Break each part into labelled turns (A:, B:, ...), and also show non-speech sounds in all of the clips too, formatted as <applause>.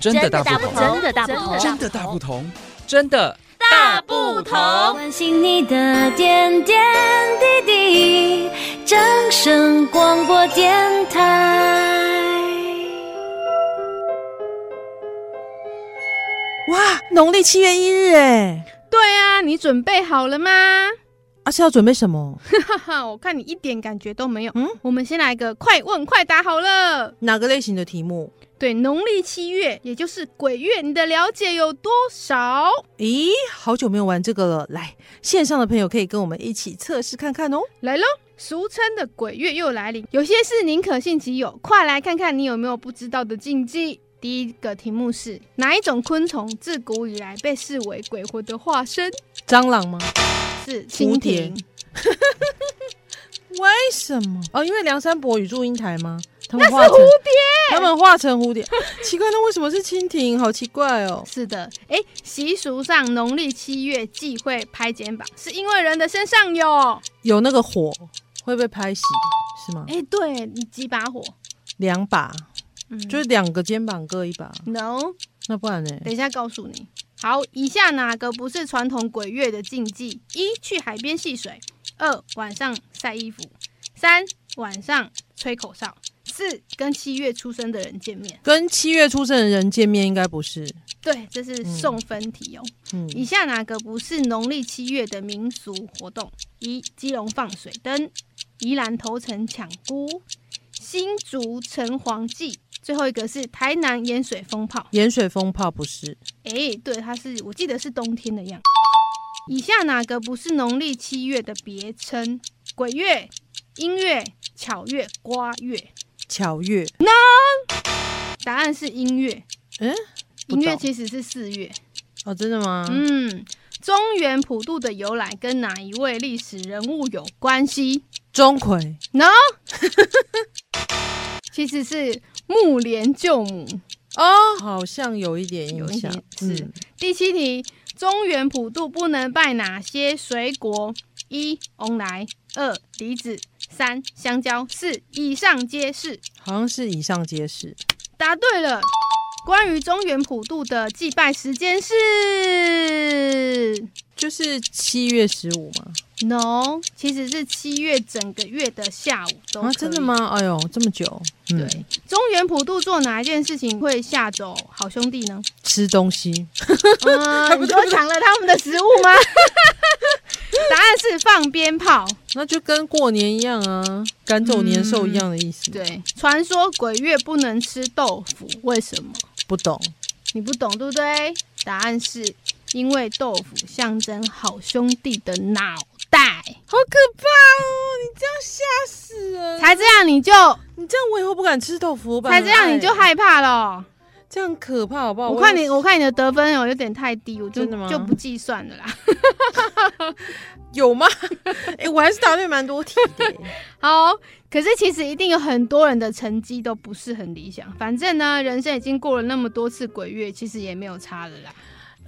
A: 真的大
B: 大
A: 不
B: 不
A: 同，
B: 同，的大不同
A: 真的大不同，真的
B: 大不同。
C: 关心你的点点滴滴，掌声广播电台。
D: 哇，农历七月一日哎，
E: 对啊，你准备好了吗？
D: 啊是要准备什么？
E: 哈哈，我看你一点感觉都没有。
D: 嗯
E: 嗯，我们先来一个快问快答好了。
D: 哪个类型的题目？
E: 对，农历七月，也就是鬼月，你的了解有多少？
D: 咦，好久没有玩这个了，来，线上的朋友可以跟我们一起测试看看哦。
E: 来喽，俗称的鬼月又来临，有些事宁可信其有，快来看看你有没有不知道的禁忌。第一个题目是哪一种昆虫自古以来被视为鬼魂的化身？
D: 蟑螂吗？
E: 是
D: 蝴
E: 蜻
D: 蝶
E: 蜓。
D: 为什么？哦，因为梁山伯与祝英台吗？他们化成蝴蝶，他们化成 <laughs> 蝴蝶，奇怪，那为什么是蜻蜓？好奇怪哦。
E: 是的，哎，习俗上农历七月忌讳拍肩膀，是因为人的身上有。
D: 有那个火会被拍熄是吗？
E: 哎，对你几把火？
D: 两把，
E: 嗯，
D: 就是两个肩膀各一把，
E: no，
D: 那不然呢？
E: 等一下告诉你。好，以下哪个不是传统鬼月的禁忌？一、去海边戏水；二、晚上晒衣服；三、晚上吹口哨；四、跟七月出生的人见面。
D: 跟七月出生的人见面应该不是，
E: 对，这是送分题哦。
D: 嗯，
E: 以下哪个不是农历七月的民俗活动？一、基隆放水灯；宜兰头城抢孤；新竹城隍祭；最后一个是台南盐水风炮。
D: 盐水风炮不是，
E: 诶，对，它是我记得是冬天的样子。以下哪个不是农历七月的别称？鬼月、音乐、巧月、瓜月。
D: 巧月，
E: 答案是音乐，
D: 嗯，不
E: 音乐
D: 懂
E: 其实是四月。
D: 哦，真的吗？
E: 嗯，中原普渡的由来跟哪一位历史人物有关系
D: 钟馗
E: ？No，其实是木莲救母。
D: 哦，好像有一点嗯
E: 有
D: 影
E: 一
D: 响，
E: 点是第七题，中原普渡不能拜哪些水果？一、翁来；二、梨子；三、香蕉；四、以上皆是。
D: 好像是以上皆是。
E: 答对了。关于中原普渡的祭拜时间是
D: 就是七月十五嘛？
E: no，其实是七月整个月的下午都可以、
D: 啊，真的？吗？哎呦，这么久，嗯
E: 对，中原普渡做哪一件事情会吓走好兄弟呢？
D: 吃东西，
E: 嗯，你说抢了他们的食物吗？ <laughs> 答案是放鞭炮。
D: 那就跟过年一样啊，赶走年兽一样的意思。，
E: 对，传说鬼月不能吃豆腐，为什么？
D: 不懂，
E: 你不懂对不对？答案是因为豆腐象征好兄弟的脑袋。
D: 好可怕哦！你这样吓死人
E: 才这样你就
D: 你这样我以嗯后不敢吃豆腐，我本来
E: 才这样你就
D: 很爱
E: 害怕了。
D: 这样可怕好不好？
E: 我看你
D: 也
E: 我看你的得分哦有点太低，我就
D: 真的吗
E: 就不计算了啦。
D: <laughs> 有吗？哎，我还是答对蛮多题的欸。
E: 好，可是其实一定有很多人的成绩都不是很理想。反正呢，人生已经过了那么多次鬼月，其实也没有差了啦。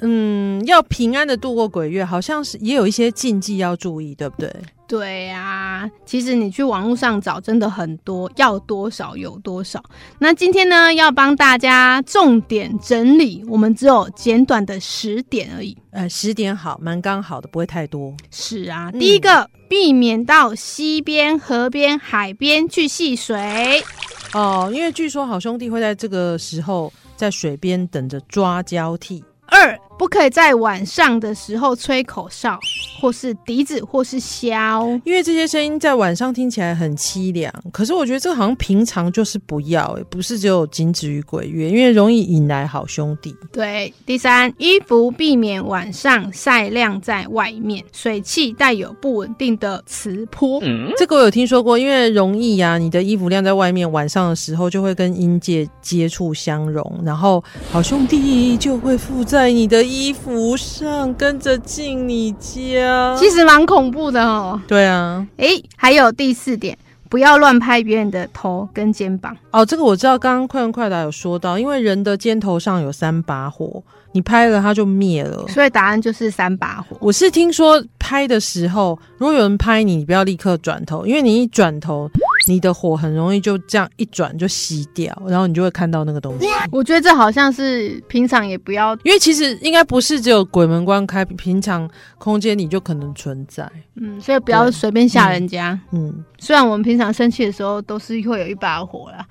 D: 嗯，要平安的度过鬼月，好像是也有一些禁忌要注意，对不对？
E: 对呀、其实你去网络上找真的很多，要多少有多少。那今天呢，要帮大家重点整理，我们只有简短的十点而已。
D: 呃，十点好，蛮刚好的，不会太多。
E: 是啊，
D: 嗯
E: 第一个，避免到溪边、河边、海边去戏水。
D: 哦，因为据说好兄弟会在这个时候在水边等着抓交替。
E: 二，不可以在晚上的时候吹口哨，或是笛子，或是箫。
D: 因为这些声音在晚上听起来很凄凉，可是我觉得这好像平常就是不要、欸，不是只有仅止于鬼月，因为容易引来好兄弟。
E: 对，第三，衣服避免晚上晒晾在外面，水汽带有不稳定的磁波。
D: <laughs> 这个我有听说过，因为容易呀、你的衣服晾在外面，晚上的时候就会跟阴界接触相融，然后好兄弟就会附在你的衣服上，跟着进你家。
E: 其实蛮恐怖的哦。
D: 对啊，
E: 诶，还有第四点，不要乱拍别人的头跟肩膀。
D: 哦，这个我知道，刚刚快问快答有说到，因为人的肩头上有三把火，你拍了它就灭了。
E: 所以答案就是三把火。
D: 我是听说拍的时候，如果有人拍你，你不要立刻转头，因为你一转头，你的火很容易就这样一转就熄掉，然后你就会看到那个东西。
E: 我觉得这好像是平常也不要，
D: 因为其实应该不是只有鬼门关开，平常空间你就可能存在。
E: 嗯，所以不要
D: 对
E: 随便吓人家。
D: 嗯，
E: 虽然我们平常生气的时候都是会有一把
D: <laughs>
E: 火啦，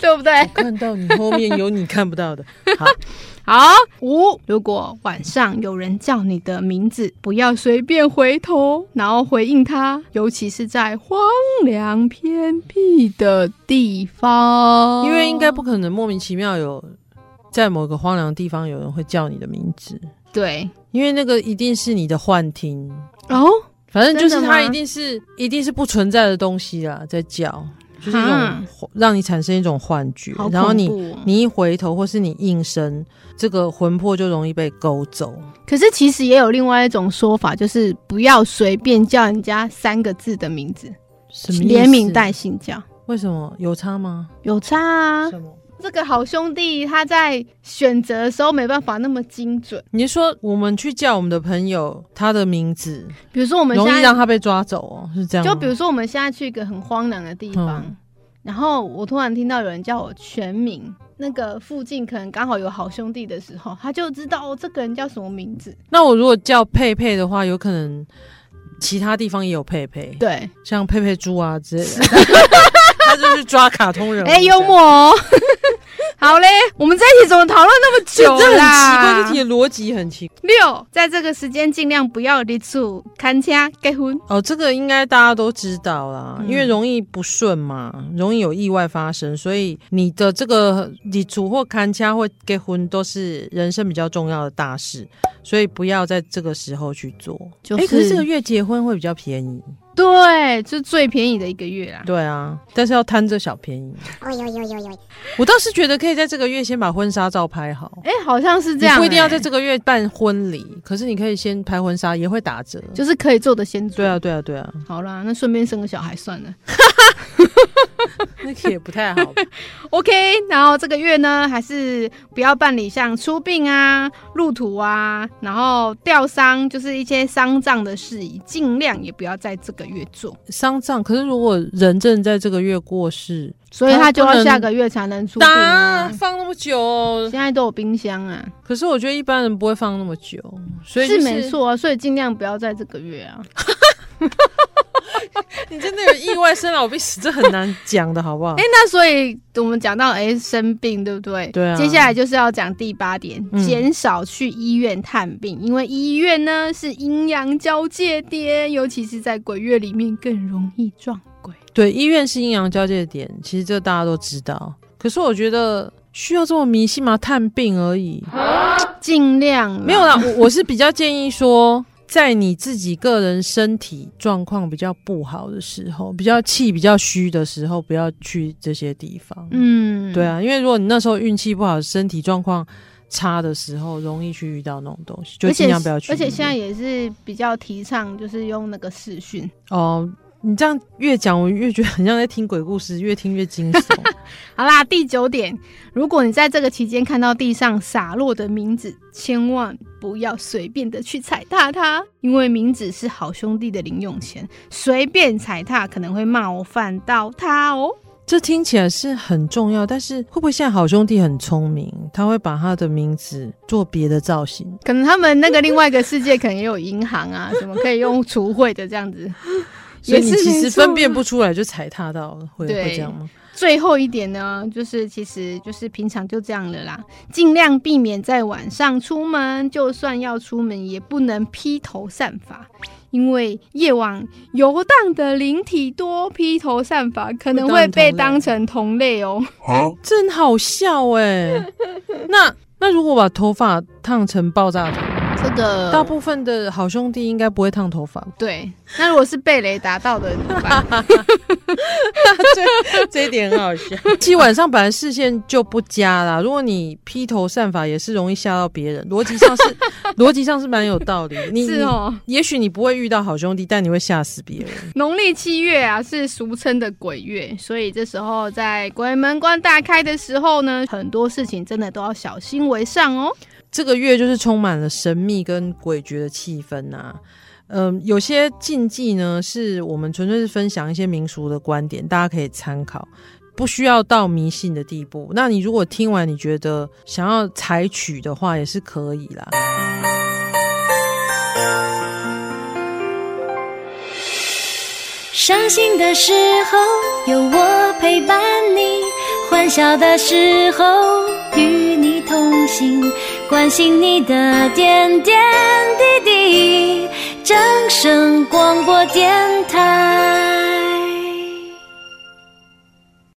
E: 对不对？
D: 看到你后面有你看不到
E: <laughs>
D: 的。好，
E: 好，五，如果晚上有人叫你的名字，不要随便回头，然后回应他，尤其是在荒凉偏僻的地方，
D: 因为应该不可能莫名其妙有在某个荒凉地方有人会叫你的名字，
E: 对
D: 因为那个一定是你的幻听，
E: 哦，
D: 反正就是
E: 真的吗
D: 它一定是一定是不存在的东西啦，在叫，就是一
E: 哈
D: 种让你产生一种幻觉
E: 好，
D: 然后
E: 恐
D: 你。
E: 怖哦。
D: 你一回头，或是你应声，这个魂魄就容易被勾走。
E: 可是其实也有另外一种说法，就是不要随便叫人家三个字的名字，
D: 什么意思
E: 连名带姓叫。
D: 为什么有差吗？
E: 有差啊！
D: 什么？
E: 这个好兄弟他在选择的时候没办法那么精准，
D: 你是说我们去叫我们的朋友他的名字，
E: 比如说我们现
D: 容易
E: 在
D: 让他被抓走哦，是这样吗？
E: 就比如说，我们现在去一个很荒凉的地方，
D: 嗯
E: 然后我突然听到有人叫我全名，那个附近可能刚好有好兄弟的时候，他就知道、哦、这个人叫什么名字。
D: 那我如果叫佩佩的话，有可能其他地方也有佩佩，
E: 对，
D: 像佩佩猪啊之类 <laughs> 的。他就去抓卡通人物，
E: 哎、幽
D: <laughs>
E: 默哦。好嘞，我们在一起怎么讨论那么
D: 这，
E: 久
D: 这这很奇怪，
E: 啦？
D: 这题的逻辑很奇怪。
E: 六，在这个时间尽量不要离处看家结婚。
D: 哦，这个应该大家都知道啦，
E: 嗯
D: 因为容易不顺嘛，容易有意外发生，所以你的这个你主或看家或结婚都是人生比较重要的大事，所以不要在这个时候去做。
E: 就
D: 哎、可
E: 是
D: 是这个月结婚会比较便宜，
E: 对，就最便宜的一个月啦。
D: 对啊，但是要贪这小便宜。我倒是觉得可以在这个月先把婚纱照拍好，
E: 哎、好像是这
D: 你
E: 样、
D: 不一定要在
E: 哎
D: 这个月办婚礼，可是你可以先拍婚纱，也会打折。
E: 就是可以做的先做。
D: 对啊，对啊，对啊，
E: 好啦，那顺便生个小孩算了。
D: 那个也不太好。
E: OK，然后这个月呢，还是不要办理像出殡啊、入土啊，然后吊丧，就是一些丧葬的事宜，尽量也不要在这个月做。
D: 丧葬，可是如果人正在这个月过世，
E: 所以他就
D: 他不能
E: 要下个月才能出殡
D: 打
E: 啊。
D: 放那么久、哦
E: 现，在都有冰箱啊，
D: 可是我觉得一般人不会放那么久，所以、
E: 是没。错啊，所以尽量不要在这个月啊。
D: 你真的有意外生老病死，这很难讲的好不好
E: <laughs> 哎、？那所以我们讲到哎、诶生病，对不对？
D: 对啊
E: 接下来就是要讲第八点，
D: 嗯
E: 减少去医院探病，因为医院呢是阴阳交界点，尤其是在鬼月里面更容易撞鬼。
D: 对，医院是阴阳交界点，其实这大家都知道。可是我觉得需要这么迷信吗？探病而已，
E: 尽量啦
D: 没有啦。我我是比较建议说，在你自己个人身体状况比较不好的时候，比较气、比较虚的时候，不要去这些地方。
E: 嗯，
D: 对，啊，因为如果你那时候运气不好，身体状况差的时候，容易去遇到那种东西，就
E: 而且
D: 尽量不要去。
E: 而且现在也是比较提倡，就是用那个视讯。
D: 哦、你这样越讲，我越觉得很像在听鬼故事，越听越惊
E: <laughs>
D: 悚。
E: 好啦，第九点，如果你在这个期间看到地上洒落的冥纸，千万不要随便的去踩踏它，哦因为冥纸是好兄弟的零用钱，随便踩踏可能会冒犯到他哦。
D: 这听起来是很重要，但是会不会现在好兄弟很聪明，他会把他的名字做别的造型？
E: <laughs> 可能他们那个另外一个世界可能也有银行啊，什么可以用除秽的这样子。
D: <laughs> 所以你
E: 也是
D: 其
E: 没
D: 实
E: 错
D: 分辨不出来，就踩踏到了，会
E: 对
D: 会这样吗？
E: 最后一点呢，就是其实就是平常就这样了啦，尽量避免在晚上出门，就算要出门也不能披头散发，因为夜晚游荡的灵体多，披头散发可能会被当成同类哦。
D: 真好笑哎、
E: <laughs>
D: 那那如果把头发烫成爆炸头，
E: 这个
D: 大部分的好兄弟应该不会烫头发吧
E: 对，那如果是被雷打到的怎么办？
D: <laughs> 这这一点很好笑。其实晚上本来视线就不佳啦，如果你披头散发，也是容易吓到别人。逻辑上 <laughs> 是逻辑上是蛮有道理。你
E: <laughs> 是 <laughs> 哦，
D: 你也许你不会遇到好兄弟，但你会吓死别人。
E: 农历七月啊，是俗称的鬼月，所以这时候在鬼门关大开的时候呢，很多事情真的都要小心为上哦。
D: 这个月就是充满了神秘跟诡谲的气氛呐、嗯、有些禁忌呢，是我们纯粹是分享一些民俗的观点，大家可以参考，不需要到迷信的地步。那你如果听完你觉得想要采取的话，也是可以啦。
C: 伤心的时候有我陪伴你，欢笑的时候与你同行，关心你的点点滴滴。掌声广播电台。